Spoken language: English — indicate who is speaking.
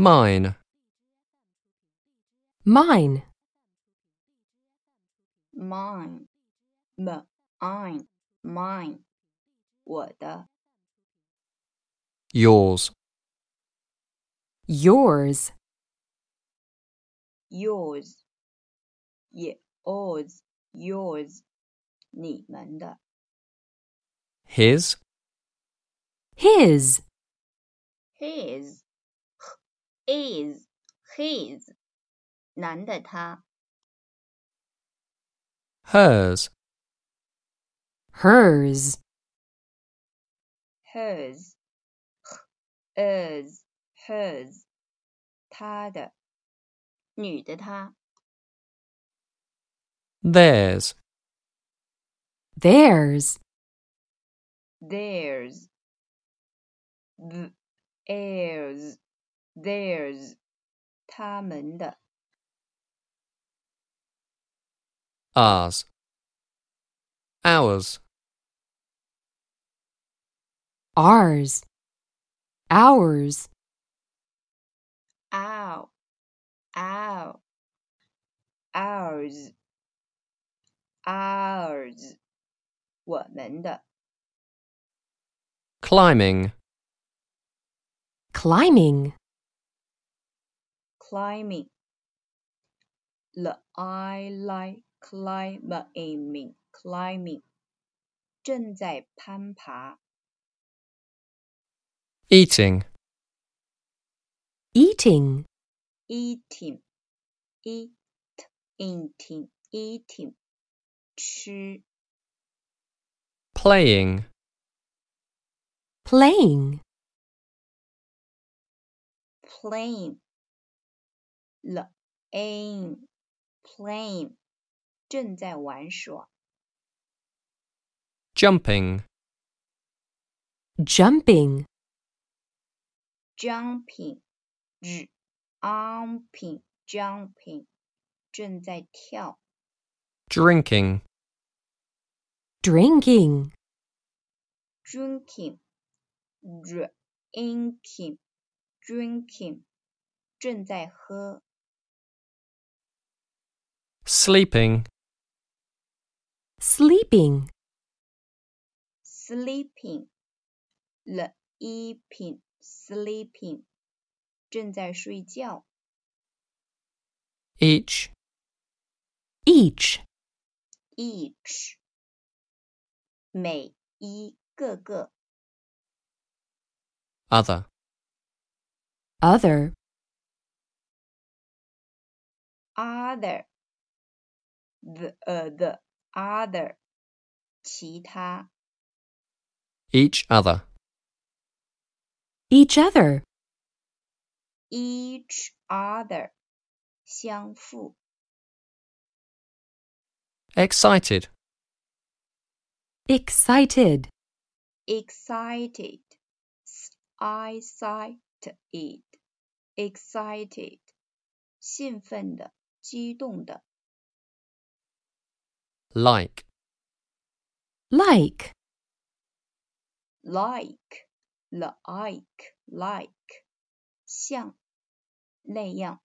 Speaker 1: Mine.
Speaker 2: Mine.
Speaker 3: mine, mine, mine，我的，
Speaker 1: Yours.
Speaker 2: Yours.
Speaker 3: yours, yours, yours，你们的，
Speaker 1: His.
Speaker 2: His.
Speaker 3: his, is, his，男的他，
Speaker 1: Hers.
Speaker 2: Hers.
Speaker 3: hers, hers, hers，他的，女的她，
Speaker 1: Theirs.
Speaker 2: Theirs.
Speaker 3: theirs, th- theirs, theirs，他们的。
Speaker 1: Ours. Ours.
Speaker 2: Ours. Ours.
Speaker 3: ow, ow, ours, ours，我们的
Speaker 1: Climbing.
Speaker 2: Climbing.
Speaker 3: climbing, the I like climbing, climbing，正在攀爬
Speaker 1: Eating.
Speaker 2: Eating.
Speaker 3: eating, eat, eating, eating，吃
Speaker 1: Playing.
Speaker 2: Playing.
Speaker 3: playing, the aim, playing，正在玩耍。
Speaker 1: Jumping.
Speaker 2: Jumping.
Speaker 3: jumping, jumping, jumping，正在跳。
Speaker 1: Drinking.
Speaker 2: Drinking.
Speaker 3: drinking, drinking, drinking，正在喝。
Speaker 1: Sleeping.
Speaker 2: Sleeping.
Speaker 3: sleeping, leaping, sleeping，正在睡觉。
Speaker 1: Each.
Speaker 2: Each.
Speaker 3: each，每一个个。
Speaker 1: Other.
Speaker 2: Other.
Speaker 3: other, the uh, the other，其他。
Speaker 1: Each other.
Speaker 2: Each other.
Speaker 3: each other 相互
Speaker 1: Excited.
Speaker 2: Excited.
Speaker 3: excited I sight it excited 兴奋的激动的
Speaker 1: Like.
Speaker 2: Like.
Speaker 3: like like like like 像那样